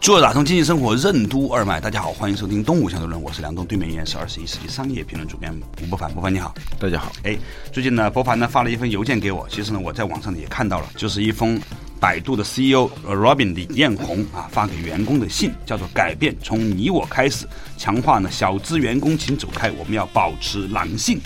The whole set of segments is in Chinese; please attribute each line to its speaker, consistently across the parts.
Speaker 1: 坐打通经济生活任督二脉，大家好，欢迎收听《东吴相对论》，我是梁东，对面依然是二十一世纪商业评论主编吴伯凡，伯凡你好。
Speaker 2: 大家好，
Speaker 1: 哎，最近呢，博凡呢发了一封邮件给我，其实呢，我在网上也看到了，就是一封百度的 CEO 呃 Robin 李彦宏啊发给员工的信，叫做“改变从你我开始，强化呢小资员工请走开，我们要保持狼性。”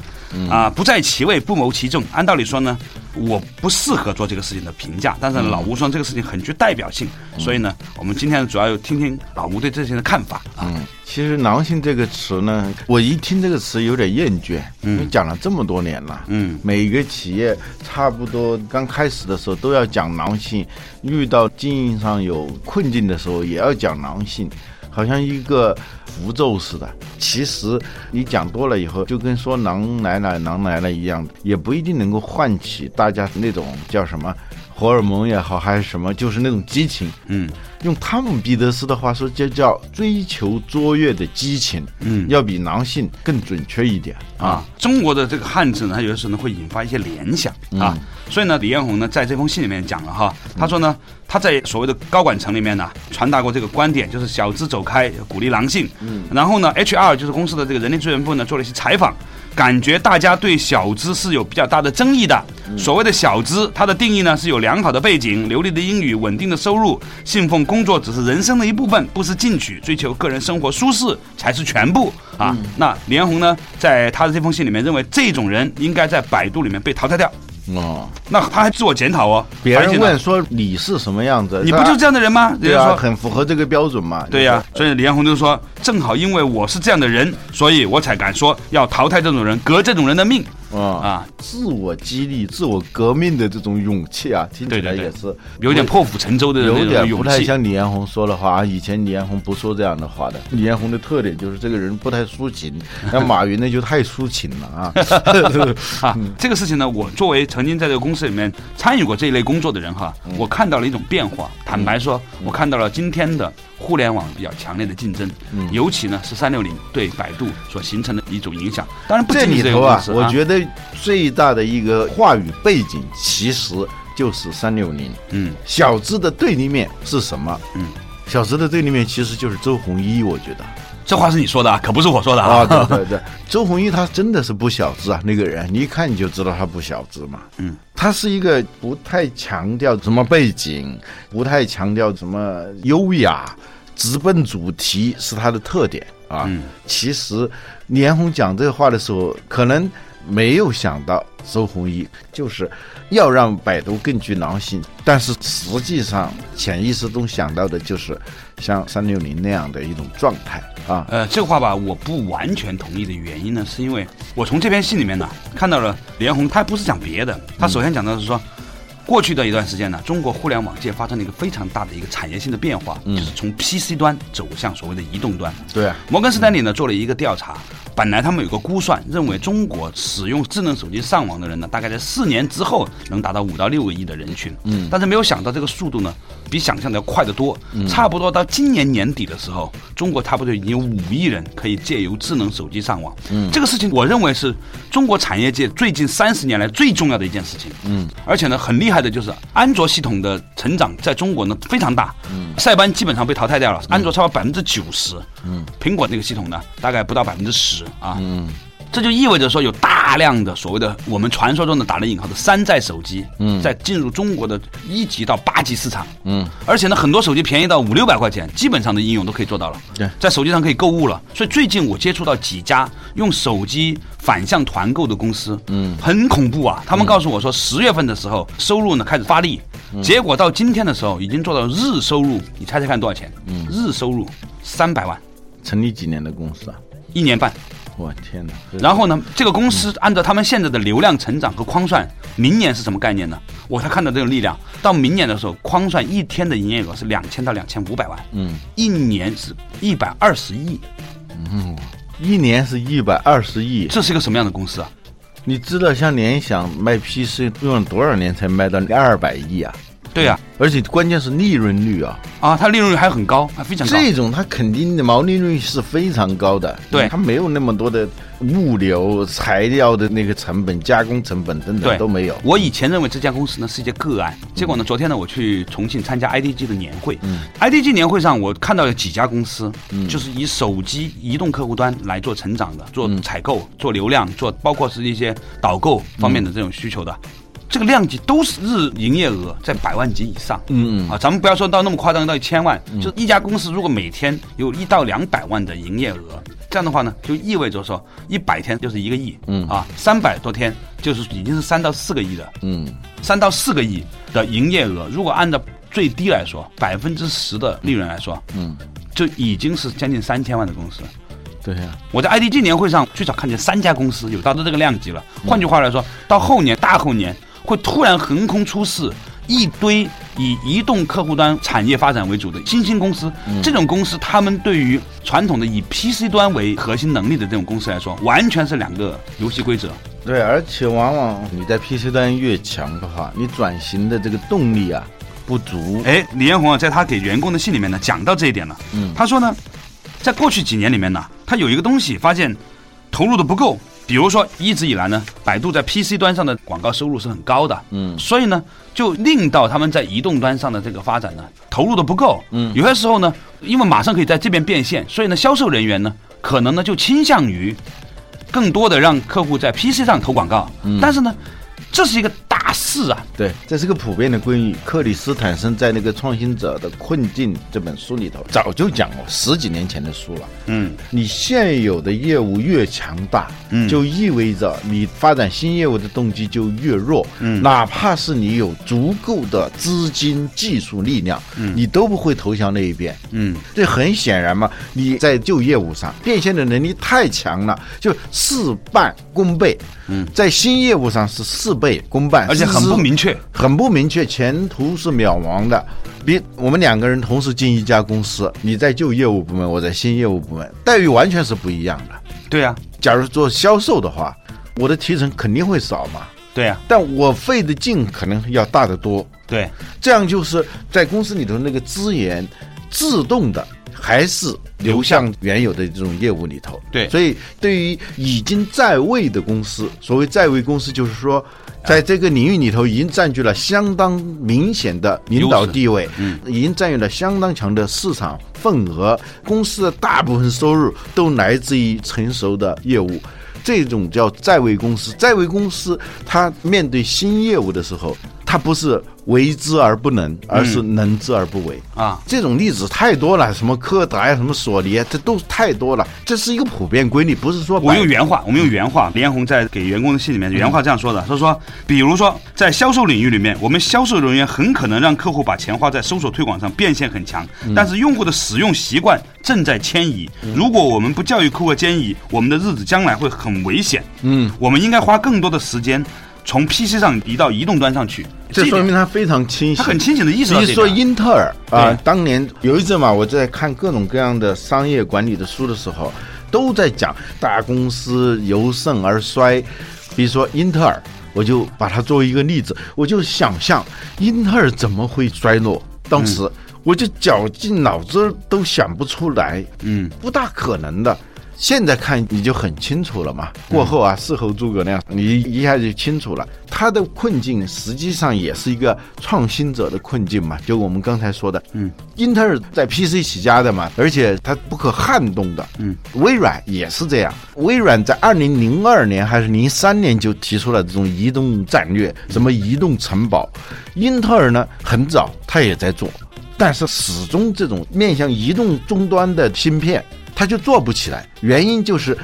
Speaker 1: 啊，不在其位不谋其政。按道理说呢，我不适合做这个事情的评价，但是呢老吴说这个事情很具代表性，所以呢，我们今天主要听听老吴对这些的看法啊。
Speaker 2: 嗯，其实“狼性”这个词呢，我一听这个词有点厌倦，因为讲了这么多年了，
Speaker 1: 嗯
Speaker 2: 每个企业差不多刚开始的时候都要讲狼性，遇到经营上有困境的时候也要讲狼性，好像一个符咒似的。其实你讲多了以后，就跟说狼来了、狼来了一样，也不一定能够唤起大家那种叫什么荷尔蒙也好，还是什么，就是那种激情。
Speaker 1: 嗯，
Speaker 2: 用汤姆·彼得斯的话说，这叫追求卓越的激情，
Speaker 1: 嗯
Speaker 2: 要比狼性更准确一点
Speaker 1: 啊，中国的这个汉字呢，它有的时候呢会引发一些联想啊。所以呢，李彦宏呢在这封信里面讲了哈，他说呢，他在所谓的高管层里面呢传达过这个观点，就是小资走开，鼓励狼性。嗯，然后呢，HR 就是公司的这个人力资源部呢做了一些采访，感觉大家对小资是有比较大的争议的。
Speaker 2: 嗯
Speaker 1: 所谓的小资，它的定义呢是有良好的背景、流利的英语、稳定的收入，信奉工作只是人生的一部分，不思进取，追求个人生活舒适才是全部
Speaker 2: 嗯
Speaker 1: 啊。那李彦宏呢，在他的这封信里面认为这种人应该在百度里面被淘汰掉。
Speaker 2: 哦，
Speaker 1: 那他还自我检讨哦，
Speaker 2: 别
Speaker 1: 而且
Speaker 2: 人
Speaker 1: 呢
Speaker 2: 问说你是什么样子，
Speaker 1: 你不就这样的人吗？人
Speaker 2: 对
Speaker 1: 家
Speaker 2: 啊，
Speaker 1: 说
Speaker 2: 很啊符合这个标准嘛？
Speaker 1: 对呀、所以李彦宏就说：“正好因为我是这样的人，所以我才敢说要淘汰这种人，革这种人的命
Speaker 2: 啊、哦，
Speaker 1: 啊，
Speaker 2: 自我激励、自我革命的这种勇气啊，听起来
Speaker 1: 对对对
Speaker 2: 也是
Speaker 1: 有点破釜沉舟的
Speaker 2: 有
Speaker 1: 那种
Speaker 2: 点不
Speaker 1: 勇
Speaker 2: 太
Speaker 1: 气。”
Speaker 2: 像李彦宏说的话。啊以前李彦宏不说这样的话的。李彦宏的特点就是这个人不太抒情，那马云呢就太抒情了 啊。
Speaker 1: 啊，这个事情呢，我作为曾经在这个公司里面参与过这一类工作的人哈，
Speaker 2: 嗯
Speaker 1: 我看到了一种变化。坦白说，我看到了今天的互联网比较强烈的竞争，
Speaker 2: 嗯
Speaker 1: 尤其呢是三六零对百度所形成的一种影响。当然不
Speaker 2: 这
Speaker 1: 仅
Speaker 2: 里
Speaker 1: 仅是这个
Speaker 2: 头
Speaker 1: 公
Speaker 2: 啊，
Speaker 1: 司
Speaker 2: 我觉得最大的一个话语背景其实就是三六零。
Speaker 1: 嗯
Speaker 2: 小资的对立面是什么？
Speaker 1: 嗯，
Speaker 2: 小资的对立面其实就是周鸿祎，我觉得
Speaker 1: 这话是你说的，啊，可不是我说的
Speaker 2: 啊，
Speaker 1: 啊。
Speaker 2: 对对 对，周鸿祎他真的是不小资啊，那个人你一看你就知道他不小资嘛。
Speaker 1: 嗯，
Speaker 2: 他是一个不太强调什么背景，不太强调什么优雅，直奔主题是他的特点啊。
Speaker 1: 嗯
Speaker 2: 其实李彦宏讲这个话的时候，可能没有想到周鸿祎就是要让百度更具狼性，但是实际上潜意识中想到的就是像三六零那样的一种状态啊。
Speaker 1: 呃，这个话吧，我不完全同意的原因呢，是因为我从这篇信里面呢看到了李彦宏，他不是讲别的，他首先讲到的是说，过去的一段时间呢，中国互联网界发生了一个非常大的一个产业性的变化，就是从 PC 端走向所谓的移动端。
Speaker 2: 对啊，
Speaker 1: 摩根士丹利呢做了一个调查，本来他们有个估算，认为中国使用智能手机上网的人呢，大概在四年之后能达到五到六个亿的人群。嗯，但是没有想到这个速度呢，比想象的要快得多。
Speaker 2: 嗯
Speaker 1: 差不多到今年年底的时候，中国差不多已经有五亿人可以借由智能手机上网。嗯，这个事情我认为是中国产业界最近三十年来最重要的一件事情。嗯，而且呢，很厉害的就是安卓系统的成长在中国呢非常大。嗯，塞班基本上被淘汰掉了，安卓超过百分之九十。嗯，苹果那个系统呢，大概不到百分之十啊。嗯。这就意味着说，有大量的所谓的我们传说中的打了引号的山寨手机，嗯，在进入中国的一级到八级市场，嗯，而且呢，很多手机便宜到五六百块钱，基本上的应用都可以做到了，
Speaker 2: 对
Speaker 1: 在手机上可以购物了。所以最近我接触到几家用手机反向团购的公司，嗯，很恐怖啊！他们告诉我说，十月份的时候收入呢开始发力，结果到今天的时候已经做到日收入，你猜猜看多少钱？嗯，日收入三百万，
Speaker 2: 成立几年的公司啊？
Speaker 1: 一年半。
Speaker 2: 我天哪！
Speaker 1: 然后呢，这个公司按照他们现在的流量成长和框算，明年是什么概念呢？我才看到这种力量。到明年的时候，框算一天的营业额是两千到两千五百万，
Speaker 2: 嗯，
Speaker 1: 一年是一百二十亿，
Speaker 2: 一年是一百二十亿，
Speaker 1: 这是一个什么样的公司啊？
Speaker 2: 你知道像联想卖 PC 用了多少年才卖到二百亿啊？
Speaker 1: 对呀、
Speaker 2: 而且关键是利润率啊，
Speaker 1: 啊，它利润率还很高，还非常高。
Speaker 2: 这种它肯定的毛利率是非常高的，
Speaker 1: 对
Speaker 2: 它没有那么多的物流、材料的那个成本、加工成本等
Speaker 1: 对，
Speaker 2: 等都没有。嗯
Speaker 1: 我以前认为这家公司呢是一件个案，结果呢，昨天呢我去重庆参加 IDG 的年会、i d g 年会上我看到有几家公司，
Speaker 2: 嗯
Speaker 1: 就是以手机移动客户端来做成长的，做
Speaker 2: 嗯
Speaker 1: 采购、做流量、做包括是一些导购方
Speaker 2: 嗯
Speaker 1: 面的这种需求的。这个量级都是日营业额在百万级以上，嗯啊，咱们不要说到那么夸张，到一千万，就是一家公司如果每天有一到两百万的营业额，这样的话呢，就意味着说一百天就是一个亿，嗯啊，三百多天就是已经是三到四个亿的，
Speaker 2: 嗯，
Speaker 1: 三到四个亿的营业额，如果按照最低来说，百分之十的利润来说，嗯，就已经是将近三千万的公司。
Speaker 2: 对啊呀、
Speaker 1: 我在 IDG 年会上最少看见三家公司有达到这个量级了。换句话来说，到后年大后年会突然横空出世一堆以移动客户端产业发展为主的新兴公司。这种公司，他们对于传统的以 PC 端为核心能力的这种公司来说，完全是两个游戏规则。
Speaker 2: 对，而且往往你在 PC 端越强的话，你转型的这个动力啊不足。
Speaker 1: 哎，李彦宏啊，在他给员工的信里面呢，讲到这一点了。嗯，他说呢，在过去几年里面呢，他有一个东西发现投入的不够，比如说一直以来呢，百度在 PC 端上的广告收入是很高的，嗯，所以呢，就令到他们在移动端上的这个发展呢，投入的不够。嗯，有些时候呢，因为马上可以在这边变现，所以呢，销售人员呢，可能呢就倾向于更多的让客户在 PC 上投广告，但是呢，这是一个大势啊，
Speaker 2: 对，这是个普遍的规律。克里斯坦森在那个《创新者的困境》这本书里头早就讲过，十几年前的书了。
Speaker 1: 嗯，
Speaker 2: 你现有的业务越强大，
Speaker 1: 嗯
Speaker 2: 就意味着你发展新业务的动机就越弱。嗯，哪怕是你有足够的资金、技术力量，嗯，你都不会投向那一边。
Speaker 1: 嗯。
Speaker 2: 这很显然嘛，你在旧业务上变现的能力太强了，就事半功倍。嗯，在新业务上是事倍功半，
Speaker 1: 而且很不明确，
Speaker 2: 很不明确，前途是渺茫的。比我们两个人同时进一家公司，你在旧业务部门，我在新业务部门，待遇完全是不一样的。
Speaker 1: 对啊呀、
Speaker 2: 假如做销售的话，我的提成肯定会少嘛，
Speaker 1: 对呀、
Speaker 2: 但我费的劲可能要大得多。
Speaker 1: 对。啊
Speaker 2: 这样就是在公司里头那个资源自动的还是流向原有的这种业务里头。
Speaker 1: 对
Speaker 2: 所以对于已经在位的公司，所谓在位公司，就是说。在这个领域里头，已经占据了相当明显的领导地位，已经占有了相当强的市场份额。公司的大部分收入都来自于成熟的业务，这种叫在位公司。在位公司，它面对新业务的时候，它不是为之而不能，而是能之而不为。
Speaker 1: 啊，
Speaker 2: 这种例子太多了，什么柯达呀，什么索尼啊，这都太多了。这是一个普遍规律，不是说
Speaker 1: 我
Speaker 2: 百
Speaker 1: 用原话，我们用原话。李彦宏在给员工的信里
Speaker 2: 嗯
Speaker 1: 面，原话这样说的：他说，比如说在销售领域里面，我们销售人员很可能让客户把钱花在搜索推广上，变现很强，
Speaker 2: 嗯
Speaker 1: 但是用户的使用习惯正在迁移。如果我们不教育顾客迁移，我们的日子将来会很危险。嗯，我们应该花更多的时间从 PC 上移到移动端上去。
Speaker 2: 这
Speaker 1: 一
Speaker 2: 说
Speaker 1: 点
Speaker 2: 明他非常清
Speaker 1: 他
Speaker 2: 醒，
Speaker 1: 很清醒的意识到
Speaker 2: 比如
Speaker 1: 这一
Speaker 2: 说
Speaker 1: 点。
Speaker 2: 英特尔啊、
Speaker 1: 对
Speaker 2: 当年有一阵嘛，我在看各种各样的商业管理的书的时候，都在讲大公司由盛而衰。比如说英特尔，我就把它作为一个例子，我就想象英特尔怎么会衰落，当时。
Speaker 1: 嗯
Speaker 2: 我就绞尽脑汁都想不出来，
Speaker 1: 嗯，
Speaker 2: 不大可能的。现在看你就很清楚了嘛，过后啊，事后诸葛亮，你一下就清楚了。他的困境实际上也是一个创新者的困境嘛，就我们刚才说的，嗯，英特尔在 PC 起家的嘛，而且它不可撼动的，嗯，微软也是这样，微软在二零零二年还是零三年就提出了这种移动战略，什么移动城堡，英特尔呢很早它也在做，但是始终这种面向移动终端的芯片，它就做不起来。原因就是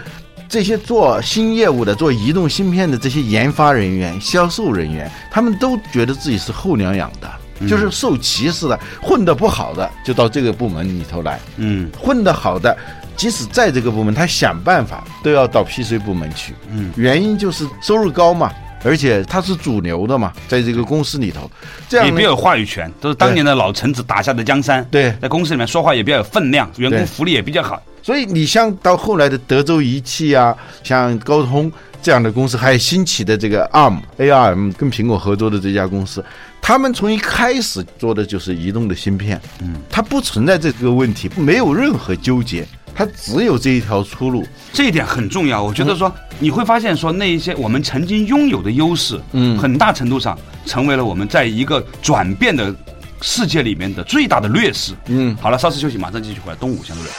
Speaker 2: 这些做新业务的、做移动芯片的这些研发人员、销售人员，他们都觉得自己是后娘养的，就是受歧视的，混得不好的就到这个部门里头来，
Speaker 1: 嗯
Speaker 2: 混得好的即使在这个部门，他想办法都要到批税部门去。
Speaker 1: 嗯，
Speaker 2: 原因就是收入高嘛，而且他是主流的嘛，在这个公司里头，这样
Speaker 1: 也
Speaker 2: 呢
Speaker 1: 比较有话语权，都是当年的老臣子打下的江山。
Speaker 2: 对
Speaker 1: 在公司里面说话也比较有分量，员
Speaker 2: 对
Speaker 1: 工福利也比较好。
Speaker 2: 所以你像到后来的德州仪器啊，像高通这样的公司，还有新起的这个 ARM、ARM 跟苹果合作的这家公司，他们从一开始做的就是移动的芯片，嗯，它不存在这个问题，没有任何纠结，它只有这一条出路，
Speaker 1: 这一点很重要，我觉得说
Speaker 2: 嗯
Speaker 1: 你会发现说那一些我们曾经拥有的优势，
Speaker 2: 嗯
Speaker 1: 很大程度上成为了我们在一个转变的世界里面的最大的劣势。
Speaker 2: 嗯
Speaker 1: 好了，稍事休息，马上继续回来。东吴相对论，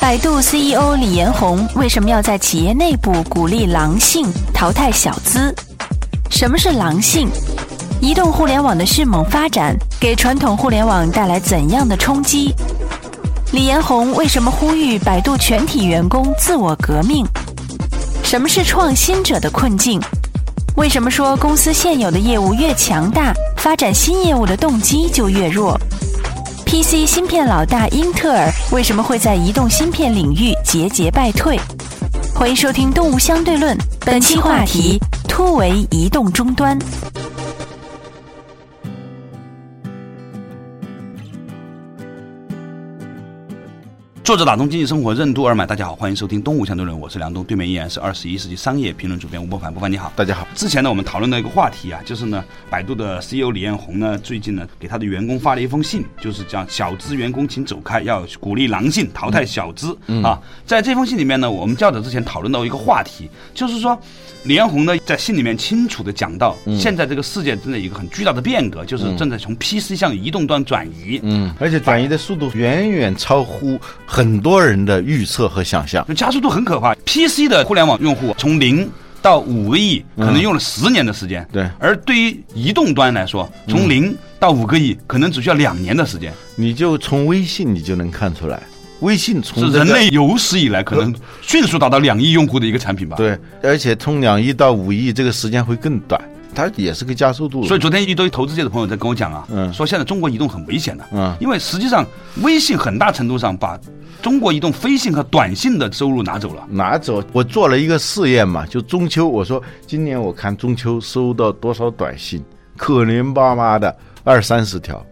Speaker 3: 百度 CEO 李彦宏为什么要在企业内部鼓励狼性、淘汰小资？什么是狼性？移动互联网的迅猛发展给传统互联网带来怎样的冲击？李彦宏为什么呼吁百度全体员工自我革命？什么是创新者的困境？为什么说公司现有的业务越强大，发展新业务的动机就越弱？PC 芯片老大英特尔为什么会在移动芯片领域节节败退？欢迎收听《东吴相对论》，本期话题：突围移动终端。
Speaker 1: 作者打通经济生活任督二脉。大家好，欢迎收听东吴相对论，我是梁东，对面依然是二十一世纪商业评论主编吴伯凡。吴伯凡你好。
Speaker 2: 大家好，
Speaker 1: 之前呢，我们讨论到一个话题啊，就是呢，百度的 CEO 李彦宏呢，最近呢给他的员工发了一封信，就是讲小资员工请走开，要鼓励狼性，淘汰小资、啊。在这封信里面呢，我们较早之前讨论到一个话题，就是说李彦宏呢在信里面清楚的讲到，现在这个世界正在有一个很巨大的变革，就是正在从 PC 向移动端转移。
Speaker 2: 嗯，而且转移的速度远远超乎很多人的预测和想象，
Speaker 1: 就加速度很可怕。PC 的互联网用户从零到五个亿，可能用了十年的时间。
Speaker 2: 嗯对嗯
Speaker 1: 而对于移动端来说，从零到五个亿，可能只需要两年的时间，
Speaker 2: 你就从微信你就能看出来，微信从
Speaker 1: 是
Speaker 2: 这个
Speaker 1: 人类有史以来可能迅速达到两亿用户的一个产品吧。。
Speaker 2: 呃对，而且从两亿到五亿这个时间会更短，它也是个加速度。
Speaker 1: 所以昨天一堆投资界的朋友在跟我讲啊，
Speaker 2: 嗯
Speaker 1: 说现在中国移动很危险的，
Speaker 2: 嗯
Speaker 1: 因为实际上微信很大程度上把中国移动飞信和短信的收入拿走了。
Speaker 2: 拿走，我做了一个试验嘛，就中秋，我说今年我看中秋收到多少短信，可怜巴巴的二三十条，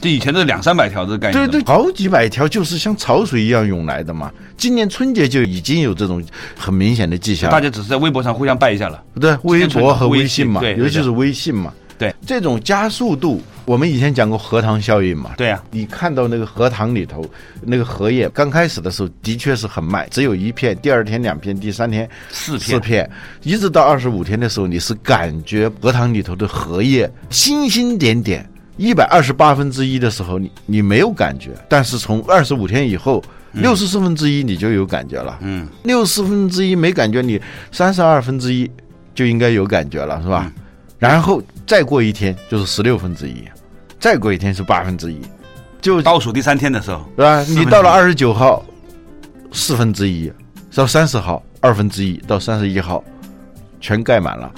Speaker 1: 这以前的两三百条的概念
Speaker 2: 对
Speaker 1: 了，
Speaker 2: 对，好几百条就是像潮水一样涌来的嘛。今年春节就已经有这种很明显的迹象了，
Speaker 1: 大家只是在微博上互相拜一下了。
Speaker 2: 对，微博和微
Speaker 1: 微
Speaker 2: 信
Speaker 1: 信
Speaker 2: 嘛，
Speaker 1: 对对
Speaker 2: 尤其
Speaker 1: 对
Speaker 2: 是微信嘛，
Speaker 1: 对，
Speaker 2: 这种加速度，我们以前讲过荷塘效应嘛，
Speaker 1: 对啊
Speaker 2: 你看到那个荷塘里头那个荷叶，刚开始的时候的确是很慢，只有一片，第二天两片，第三天
Speaker 1: 四
Speaker 2: 四
Speaker 1: 片
Speaker 2: 片，一直到二十五天的时候，你是感觉荷塘里头的荷叶星星点点。一百二十八分之一的时候，你你没有感觉，但是从二十五天以后，六十四分之一你就有感觉了。
Speaker 1: 嗯，
Speaker 2: 六十分之一没感觉，你三十二分之一就应该有感觉了，是吧？然后再过一天就是十六分之一，再过一天是八分之一，就是
Speaker 1: 倒数第三天的时候，
Speaker 2: 吧？
Speaker 1: 哦之一
Speaker 2: 你到了二十九号，四分之一到三十号，二分之一到三十一号，全盖满了。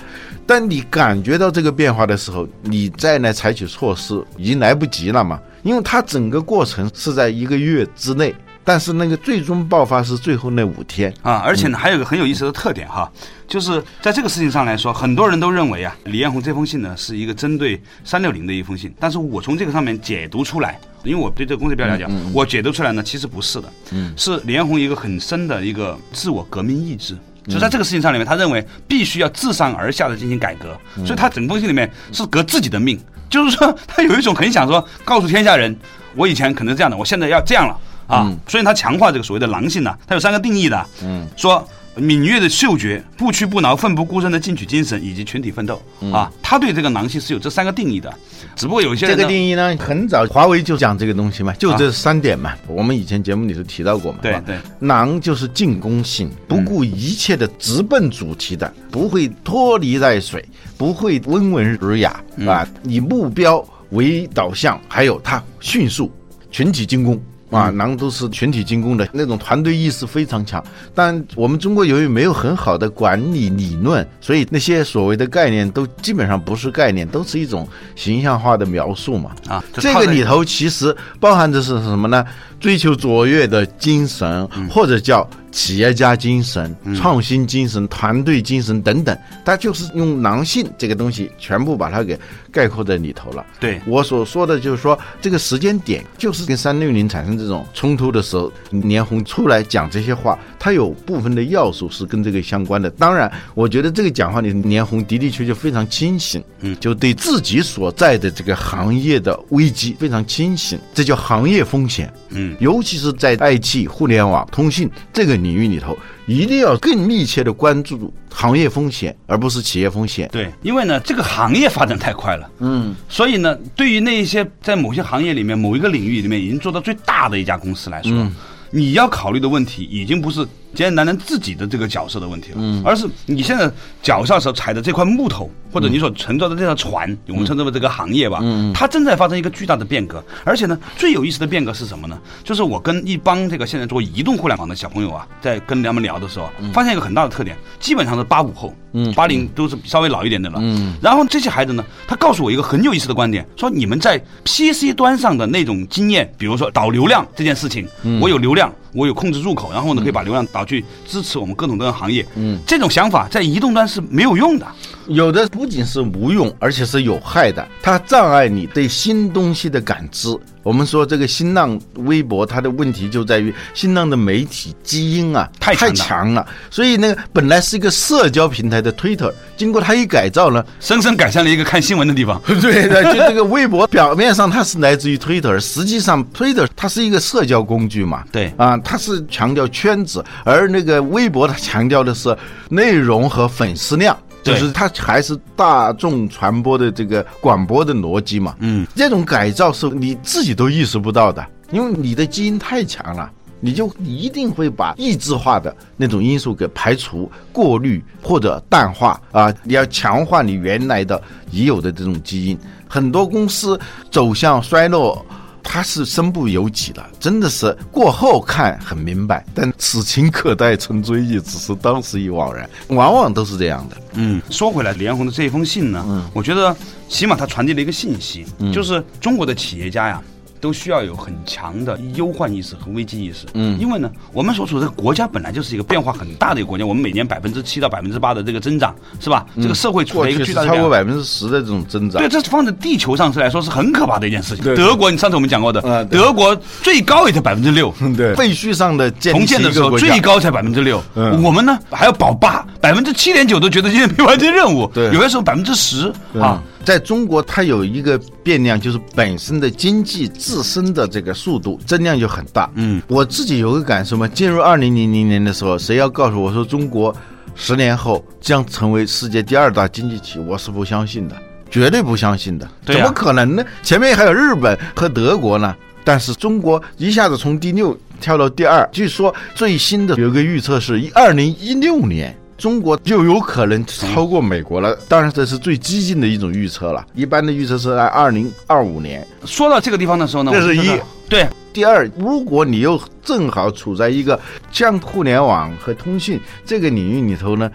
Speaker 2: 但你感觉到这个变化的时候，你再来采取措施已经来不及了嘛？因为它整个过程是在一个月之内，但是那个最终爆发是最后那五天。
Speaker 1: 啊，而且呢，还有一个很有意思的特点哈，就是在这个事情上来说，很多人都认为啊，李彦宏这封信呢是一个针对三六零的一封信，但是我从这个上面解读出来，因为我对这个公司比较了解，我解读出来呢，其实不是的，
Speaker 2: 嗯
Speaker 1: 是李彦宏一个很深的一个自我革命意志。
Speaker 2: 嗯
Speaker 1: 就在这个事情上里面，他认为必须要自上而下的进行改革，
Speaker 2: 嗯
Speaker 1: 所以他整封信里面是革自己的命，就是说他有一种很想说告诉天下人，我以前可能是这样的，我现在要这样了啊。
Speaker 2: 嗯
Speaker 1: 所以他强化这个所谓的狼性呢，它有三个定义的，嗯，说敏锐的嗅觉、不屈不挠、奋不顾身的进取精神以及群体奋斗
Speaker 2: 嗯
Speaker 1: 啊，他对这个狼性是有这三个定义的，只不过有一些
Speaker 2: 这
Speaker 1: 人
Speaker 2: 个
Speaker 1: 呢
Speaker 2: 定义呢，很早华为就讲这个东西嘛，就这三点嘛，我们以前节目里头提到过嘛。
Speaker 1: 啊对
Speaker 2: 是吧
Speaker 1: 对，
Speaker 2: 狼就是进攻性，不
Speaker 1: 嗯
Speaker 2: 顾一切的直奔主题的，不会拖泥带水，不会温文儒雅
Speaker 1: 嗯
Speaker 2: 啊，以目标为导向，还有它迅速群体进攻。啊，
Speaker 1: 嗯
Speaker 2: 囊都是群体进攻的那种团队意识非常强。但我们中国由于没有很好的管理理论，所以那些所谓的概念都基本上不是概念，都是一种形象化的描述嘛。
Speaker 1: 啊就
Speaker 2: 这
Speaker 1: 套
Speaker 2: 个
Speaker 1: 在
Speaker 2: 里头其实包含的是什么呢？追求卓越的精神，或者叫企业家精神、创新精神、团队精神等等，它就是用狼性这个东西全部把它给概括在里头了。
Speaker 1: 对
Speaker 2: 我所说的就是说，这个时间点就是跟三六零产生这种冲突的时候，连红出来讲这些话，它有部分的要素是跟这个相关的。当然，我觉得这个讲话里，连红的的确确非常清醒，嗯，就对自己所在的这个行业的危机非常清醒，这叫行业风险。嗯，尤其是在 IT、互联网、通信这个领域里头，一定要更密切的关注行业风险，而不是企业风险。
Speaker 1: 对，因为呢，这个行业发展太快了，嗯，所以呢，对于那一些在某些行业里面、某一个领域里面已经做到最大的一家公司来说，你要考虑的问题已经不是简简单单自己的这个角色的问题了，嗯，而是你现在脚下所踩的这块木头，或者你所乘坐的这条船，我们称之为这个行业吧，嗯，它正在发生一个巨大的变革，而且呢，最有意思的变革是什么呢？就是我跟一帮这个现在做移动互联网的小朋友啊，在跟他们聊的时候啊，发现一个很大的特点，基本上是八五后，嗯，八零都是稍微老一点的了，嗯，然后这些孩子呢，他告诉我一个很有意思的观点，说你们在 PC 端上的那种经验，比如说导流量这件事情，我有流量，我有控制入口，然后呢可以把流量导去支持我们各种各样的行业，嗯，这种想法在移动端是没有用的，
Speaker 2: 有的不仅是无用，而且是有害的，它障碍你对新东西的感知。我们说这个新浪微博，它的问题就在于新浪的媒体基因啊
Speaker 1: 太强
Speaker 2: 太
Speaker 1: 了
Speaker 2: 强了，所以那个本来是一个社交平台的 Twitter，经过它一改造呢，
Speaker 1: 生生改善了一个看新闻的地方，
Speaker 2: 对 的，就这个微博表面上它是来自于 Twitter，实际上 Twitter 它是一个社交工具嘛。
Speaker 1: 对
Speaker 2: 啊，它是强调圈子，而那个微博它强调的是内容和粉丝量。就
Speaker 1: 对
Speaker 2: 是它还是大众传播的这个广播的逻辑嘛，嗯，这种改造是你自己都意识不到的，因为你的基因太强了，你就一定会把抑制化的那种因素给排除、过滤或者淡化啊！你要强化你原来的已有的这种基因。很多公司走向衰落，它是身不由己的，真的是过后看很明白，但此情可待成追忆，只是当时已惘然，往往都是这样的。
Speaker 1: 嗯，说回来，李彦宏的这一封信呢，
Speaker 2: 嗯
Speaker 1: 我觉得起码他传递了一个信息，就是中国的企业家呀。都需要有很强的忧患意识和危机意识，嗯，因为呢，我们所处的国家本来就是一个变化很大的一个国家，我们每年百分之七到百分之八的这个增长，是吧？这个社会处
Speaker 2: 过
Speaker 1: 在一
Speaker 2: 去
Speaker 1: 个
Speaker 2: 是
Speaker 1: 巨大的
Speaker 2: 超嗯
Speaker 1: 变
Speaker 2: 过
Speaker 1: 化。
Speaker 2: 百分之十的这种增长
Speaker 1: 对，，这放在地球上是来说是很可怕的一件事情。
Speaker 2: 对
Speaker 1: 德国，你上次我们讲过的，
Speaker 2: 啊对
Speaker 1: 德国最高也才百分之六，
Speaker 2: 对废墟上的建
Speaker 1: 重
Speaker 2: 立
Speaker 1: 建的
Speaker 2: 一
Speaker 1: 时
Speaker 2: 个
Speaker 1: 候
Speaker 2: 国家
Speaker 1: 最高才百分之六，
Speaker 2: 嗯
Speaker 1: 我们呢还要保八，百分之七点九都觉得今天没完成任务，
Speaker 2: 对
Speaker 1: 有些时候百分之十啊
Speaker 2: 啊，，在中国它有一个变量，就是本身的经济自身的这个速度增量就很大。嗯，我自己有个感受嘛，进入二零零零年的时候，谁要告诉我说中国十年后将成为世界第二大经济体，我是不相信的，绝对不相信的。
Speaker 1: 对啊
Speaker 2: 怎么可能呢？前面还有日本和德国呢。但是中国一下子从第六跳到第二，据说最新的有一个预测是，二零一六年中国就有可能超过美国了。当然，这是最激进的一种预测了，一般的预测是在二零二五年。
Speaker 1: 说到这个地方的时候呢，
Speaker 2: 这是
Speaker 1: 我就知道
Speaker 2: 一
Speaker 1: 对
Speaker 2: 第二，如果你又正好处在一个像互联网和通讯这个领域里头呢，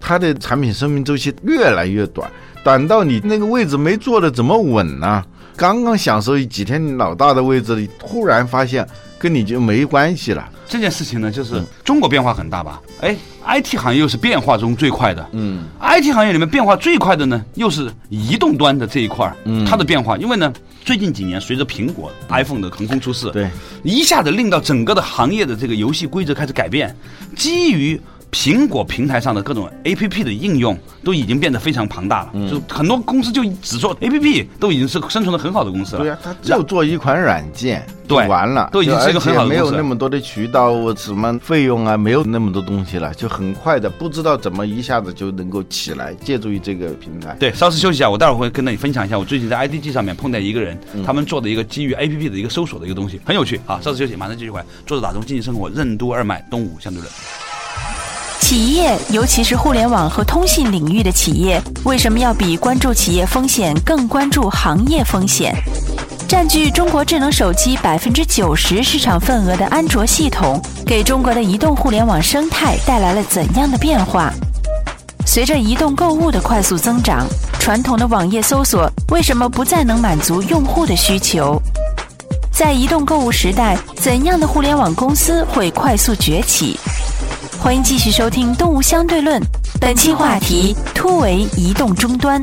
Speaker 2: 它的产品生命周期越来越短，短到你那个位置没坐的怎么稳呢？刚刚享受几天老大的位置，你突然发现跟你就没关系了。
Speaker 1: 这件事情呢，
Speaker 2: 嗯
Speaker 1: 就是中国变化很大吧？哎，IT 行业又是变化中最快的，嗯，IT 行业里面变化最快的呢，又是移动端的这一块儿，
Speaker 2: 嗯
Speaker 1: 它的变化，因为呢，最近几年随着苹果 iPhone 的横空出世，
Speaker 2: 对，
Speaker 1: 一下子令到整个的行业的这个游戏规则开始改变，基于。苹果平台上的各种 A P P 的应用都已经变得非常庞大了，
Speaker 2: 嗯
Speaker 1: 就是很多公司就只做 A P P 都已经是生存的很好的公司了。
Speaker 2: 对呀、啊它就做一款软件，
Speaker 1: 对
Speaker 2: 就完了，
Speaker 1: 都已经是一个
Speaker 2: 就而且
Speaker 1: 很好的
Speaker 2: 没有
Speaker 1: 公司
Speaker 2: 那么多的渠道，我什么费用啊，没有那么多东西了，就很快的，不知道怎么一下子就能够起来，借助于这个平台。
Speaker 1: 对，稍事休息一下，我待会儿会跟你分享一下我最近在 IDG 上面碰见一个人，他们做的一个基于 APP 的一个搜索的一个东西，很有趣啊。稍事休息，马上继续回来。作者打通经济生活任督二脉，东吴相对论。
Speaker 3: 企业，尤其是互联网和通信领域的企业，为什么要比关注企业风险更关注行业风险？占据中国智能手机百分之九十市场份额的安卓系统，给中国的移动互联网生态带来了怎样的变化？随着移动购物的快速增长，传统的网页搜索为什么不再能满足用户的需求？在移动购物时代，怎样的互联网公司会快速崛起？欢迎继续收听《动物相对论》，本期话题突围移动终端。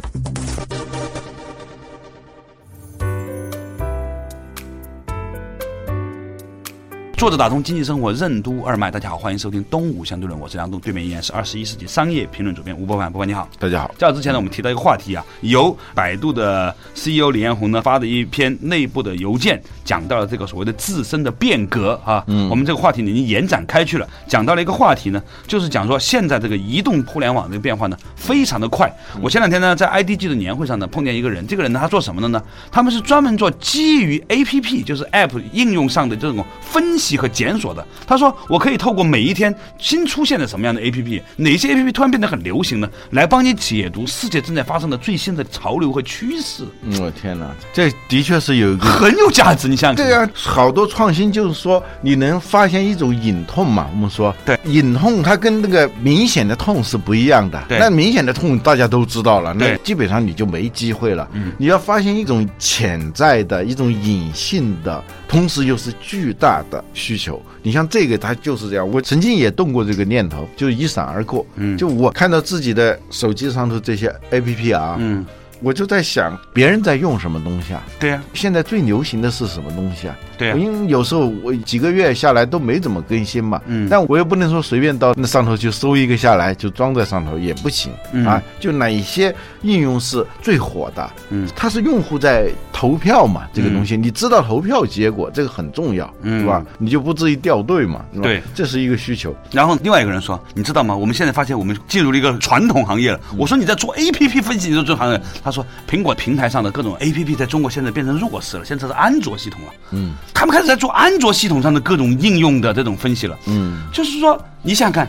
Speaker 1: 作者打通经济生活任督二脉，大家好，欢迎收听《东吴相对论》，我是梁栋，对面依然是二十一世纪商业评论主编吴伯凡，伯凡你好。
Speaker 2: 大家好，
Speaker 1: 较早之前呢，我们提到一个话题啊，由百度的 CEO 李彦宏呢发的一篇内部的邮件，讲到了这个所谓的自身的变革啊。嗯，我们这个话题呢已经延展开去了，讲到了一个话题呢，就是讲说现在这个移动互联网这个变化呢非常的快。我前两天呢在 IDG 的年会上呢碰见一个人，这个人呢他做什么的呢？他们是专门做基于 APP，就是 App 应用上的这种分析和检索的。他说我可以透过每一天新出现的什么样的 APP，哪些 APP 突然变得很流行呢，来帮你解读世界正在发生的最新的潮流和趋势，
Speaker 2: 嗯我天哪，这的确是有一个
Speaker 1: 很有价值。你想想看，
Speaker 2: 对啊，好多创新就是说你能发现一种隐痛嘛？我们说，
Speaker 1: 对
Speaker 2: 隐痛它跟那个明显的痛是不一样的。
Speaker 1: 对
Speaker 2: 那明显的痛大家都知道了，那
Speaker 1: 对嗯
Speaker 2: 基本上你就没机会了。你要发现一种潜在的一种隐性的，同时又是巨大的需求。你像这个，它就是这样。我曾经也动过这个念头，就一闪而过。
Speaker 1: 嗯
Speaker 2: 就我看到自己的手机上头这些 A P P 啊，
Speaker 1: 嗯，
Speaker 2: 我就在想别人在用什么东西啊。
Speaker 1: 对呀、
Speaker 2: 现在最流行的是什么东西啊？
Speaker 1: 对呀、
Speaker 2: 我因为有时候我几个月下来都没怎么更新嘛，
Speaker 1: 嗯
Speaker 2: 但我又不能说随便到那上头去搜一个下来就装在上头也不行、
Speaker 1: 嗯
Speaker 2: 啊。就哪些应用是最火的？
Speaker 1: 嗯，
Speaker 2: 它是用户在投票嘛，这个东西、你知道投票结果，这个很重要，
Speaker 1: 嗯
Speaker 2: 是吧？你就不至于掉队嘛，是吧
Speaker 1: 对，
Speaker 2: 这是一个需求。
Speaker 1: 然后另外一个人说：“你知道吗？我们现在发现我们进入了一个传统行业了。”
Speaker 2: 嗯
Speaker 1: 我说：“你在做 A P P 分析，你做这行业。”他说：“苹果平台上的各种 A P P 在中国现在变成弱势了，现在是安卓系统了。嗯，他们开始在做安卓系统上的各种应用的这种分析了。
Speaker 2: 嗯，
Speaker 1: 就是说，你想想看，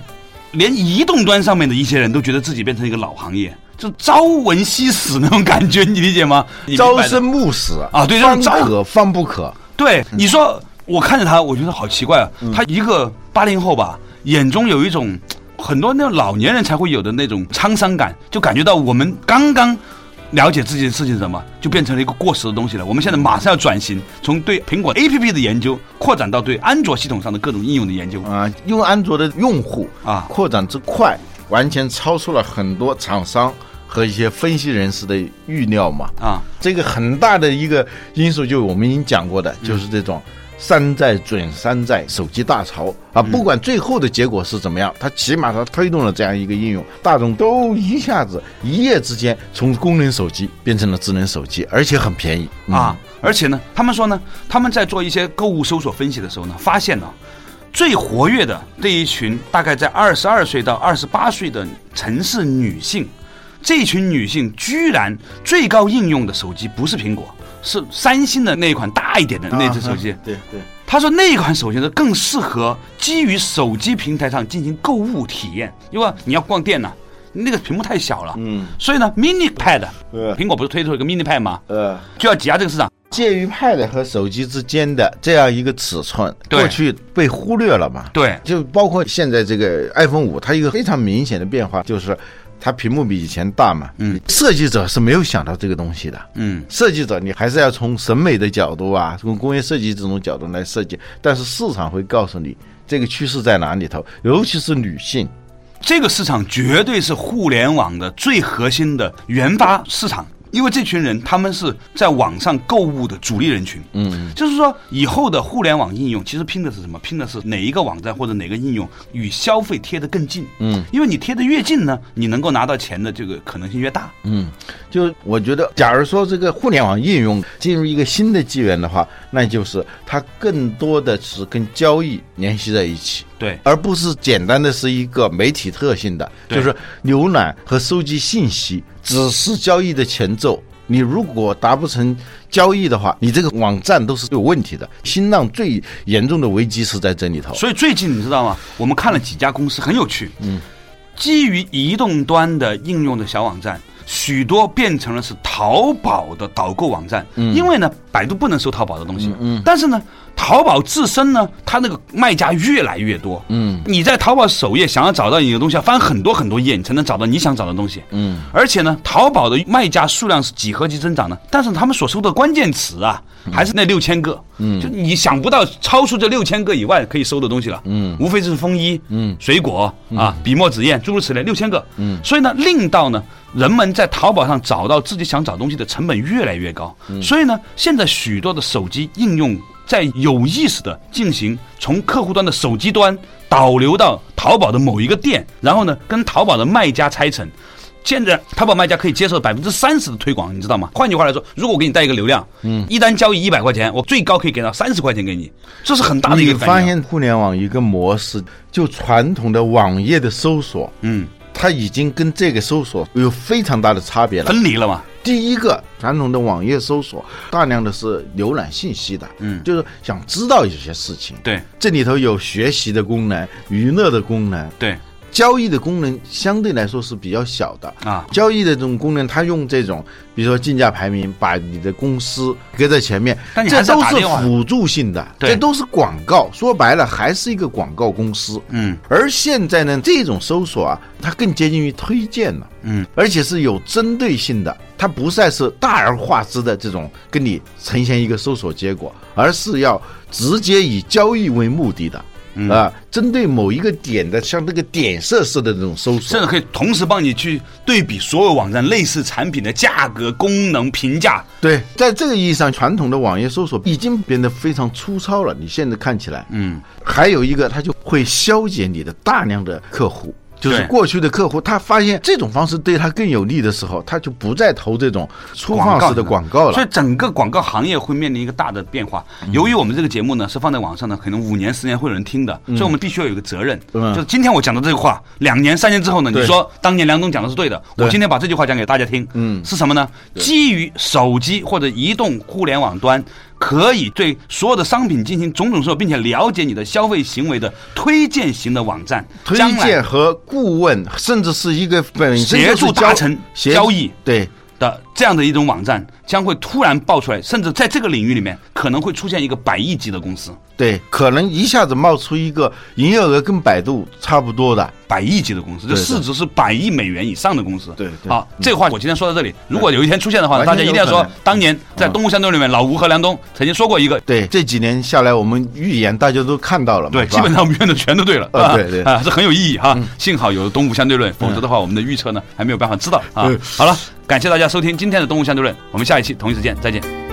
Speaker 1: 连移动端上面的一些人都觉得自己变成一个老行业，就朝闻夕死那种感觉，你理解吗？你明白
Speaker 2: 朝
Speaker 1: 的
Speaker 2: 生暮死
Speaker 1: 啊对
Speaker 2: 方
Speaker 1: 这种朝
Speaker 2: 可方不可。
Speaker 1: 对，你说我看着他，我觉得好奇怪啊，他一个八零后吧，眼中有一种很多那种老年人才会有的那种沧桑感，就感觉到我们刚刚。了解自己的事情是什么，就变成了一个过时的东西了。我们现在马上要转型，从对苹果 APP 的研究扩展到对安卓系统上的各种应用的研究。
Speaker 2: 啊，用安卓的用户
Speaker 1: 啊
Speaker 2: 扩展之快，完全超出了很多厂商和一些分析人士的预料嘛。
Speaker 1: 啊，
Speaker 2: 这个很大的一个因素，就我们已经讲过的，
Speaker 1: 嗯
Speaker 2: 就是这种。山寨准山寨手机大潮啊！
Speaker 1: 嗯
Speaker 2: 不管最后的结果是怎么样，它起码它推动了这样一个应用，大众都一下子一夜之间从功能手机变成了智能手机，而且很便宜嗯
Speaker 1: 啊，而且呢，他们说呢，他们在做一些购物搜索分析的时候呢，发现呢，最活跃的这一群大概在二十二岁到二十八岁的城市女性，这群女性居然最高应用的手机不是苹果，是三星的那一款大一点的那只手机。
Speaker 2: 啊对对，
Speaker 1: 他说那款手机呢更适合基于手机平台上进行购物体验，因为你要逛店呢、那个屏幕太小了。
Speaker 2: 嗯
Speaker 1: 所以呢，mini pad，
Speaker 2: 呃
Speaker 1: 苹果不是推出了一个 mini pad 吗？
Speaker 2: 呃，
Speaker 1: 就要挤压这个市场。
Speaker 2: 介于 Pad 和手机之间的这样一个尺寸，
Speaker 1: 对
Speaker 2: 过去被忽略了嘛？
Speaker 1: 对，
Speaker 2: 就包括现在这个 iPhone 五，它一个非常明显的变化就是，它屏幕比以前大嘛。嗯，设计者是没有想到这个东西的。
Speaker 1: 嗯，
Speaker 2: 设计者你还是要从审美的角度啊，从工业设计这种角度来设计，但是市场会告诉你这个趋势在哪里头，尤其是女性。
Speaker 1: 这个市场绝对是互联网的最核心的研发市场，因为这群人他们是在网上购物的主力人群。嗯，就是说以后的互联网应用其实拼的是什么？拼的是哪一个网站或者哪个应用与消费贴得更近。嗯，因为你贴得越近呢，你能够拿到钱的这个可能性越大。
Speaker 2: 嗯，就我觉得，假如说这个互联网应用进入一个新的纪元的话，那就是它更多的是跟交易联系在一起，
Speaker 1: 对，
Speaker 2: 而不是简单的是一个媒体特性的，
Speaker 1: 对
Speaker 2: 就是浏览和收集信息只是交易的前奏。你如果达不成交易的话，你这个网站都是有问题的。新浪最严重的危机是在这里头。
Speaker 1: 所以最近你知道吗？我们看了几家公司，很有趣。嗯，基于移动端的应用的小网站，许多变成了是淘宝的导购网站。嗯，因为呢，百度不能收淘宝的东西，嗯，但是呢，淘宝自身呢，它那个卖家越来越多，嗯，你在淘宝首页想要找到你的东西，要翻很多很多页，你才能找到你想找的东西，嗯，而且呢，淘宝的卖家数量是几何级增长的，但是他们所收的关键词啊，还是那六千个，嗯，就你想不到超出这六千个以外可以搜的东西了，嗯，无非就是风衣，嗯，水果啊，笔墨纸砚，诸如此类，六千个，嗯，所以呢，令到呢。人们在淘宝上找到自己想找东西的成本越来越高，所以呢，现在许多的手机应用在有意识的进行从客户端的手机端导流到淘宝的某一个店，然后呢，跟淘宝的卖家拆成。现在淘宝卖家可以接受百分之三十的推广，你知道吗？换句话来说，如果我给你带一个流量，嗯，一单交易一百块钱，我最高可以给到三十块钱给你，这是很大的一
Speaker 2: 你
Speaker 1: 个
Speaker 2: 发
Speaker 1: 反应。
Speaker 2: 现互联网一个模式，就传统的网页的搜索，
Speaker 1: 嗯，
Speaker 2: 它已经跟这个搜索有非常大的差别了。
Speaker 1: 分离了嘛？
Speaker 2: 第一个，传统的网页搜索大量的是浏览信息的，
Speaker 1: 嗯
Speaker 2: 就是想知道有些事情。
Speaker 1: 对
Speaker 2: 这里头有学习的功能、娱乐的功能，
Speaker 1: 对，
Speaker 2: 交易的功能相对来说是比较小的
Speaker 1: 啊
Speaker 2: 交易的这种功能，它用这种，比如说竞价排名，把你的公司搁在前面，
Speaker 1: 但你还
Speaker 2: 这
Speaker 1: 是要
Speaker 2: 都
Speaker 1: 打
Speaker 2: 是
Speaker 1: 电话
Speaker 2: 辅助性的，
Speaker 1: 对
Speaker 2: 这都是广告。说白了，还是一个广告公司。
Speaker 1: 嗯
Speaker 2: 而现在呢，这种搜索啊，它更接近于推荐了，
Speaker 1: 嗯，
Speaker 2: 而且是有针对性的，它不再是大而化之的这种跟你呈现一个搜索结果，而是要直接以交易为目的的。
Speaker 1: 嗯
Speaker 2: 啊，针对某一个点的，像这个点射式的这种搜
Speaker 1: 甚
Speaker 2: 索，
Speaker 1: 至可以同时帮你去对比所有网站类似产品的价格、功能、评价，
Speaker 2: 对，在这个意义上，传统的网页搜索已经变得非常粗糙了。你现在看起来，
Speaker 1: 嗯，
Speaker 2: 还有一个，它就会消解你的大量的客户。就是
Speaker 1: 对
Speaker 2: 过去的客户，他发现这种方式对他更有利的时候，他就不再投这种粗放式的广告
Speaker 1: 所
Speaker 2: 了。嗯
Speaker 1: 以整个广告行业会面临一个大的变化。由于我们这个节目呢是放在网上呢，可能五年、十年会有人听的，所以我们必须要有一个责任。
Speaker 2: 嗯
Speaker 1: 就是今天我讲的这句话，两年、三年之后呢，
Speaker 2: 对
Speaker 1: 你说当年梁总讲的是对的，
Speaker 2: 对
Speaker 1: 我今天把这句话讲给大家听，
Speaker 2: 嗯
Speaker 1: 是什么呢？基于手机或者移动互联网端。可以对所有的商品进行种种搜索，并且了解你的消费行为的推荐型的网站，
Speaker 2: 推
Speaker 1: 将来
Speaker 2: 荐和顾问，甚至是一个本身
Speaker 1: 协
Speaker 2: 就是
Speaker 1: 助
Speaker 2: 交
Speaker 1: 达成
Speaker 2: 协
Speaker 1: 交易
Speaker 2: 对，
Speaker 1: 的这样的一种网站将会突然爆出来，甚至在这个领域里面可能会出现一个百亿级的公司，
Speaker 2: 对，可能一下子冒出一个营业额跟百度差不多的，
Speaker 1: 百亿级的公司，这
Speaker 2: 对对
Speaker 1: 市值是百亿美元以上的公司。
Speaker 2: 对对
Speaker 1: 好，
Speaker 2: 嗯
Speaker 1: 这话我今天说到这里。如果有一天出现的话，
Speaker 2: 完
Speaker 1: 大
Speaker 2: 全
Speaker 1: 家一定
Speaker 2: 有
Speaker 1: 要
Speaker 2: 可
Speaker 1: 说
Speaker 2: 能，嗯
Speaker 1: 当年在《东吴相对论》里面，老吴和梁冬曾经说过一个，
Speaker 2: 对，这几年下来，我们预言大家都看到了嘛，
Speaker 1: 对，
Speaker 2: 是吧
Speaker 1: 基本上我们用的全都对了，
Speaker 2: 呃
Speaker 1: 啊
Speaker 2: 对对嗯
Speaker 1: 啊，这很有意义哈。幸好有了东吴相对论，否则的话，我们的预测呢还没有办法知道啊。好了，感谢大家收听今天的东吴相对论，我们下一期同一时间再见。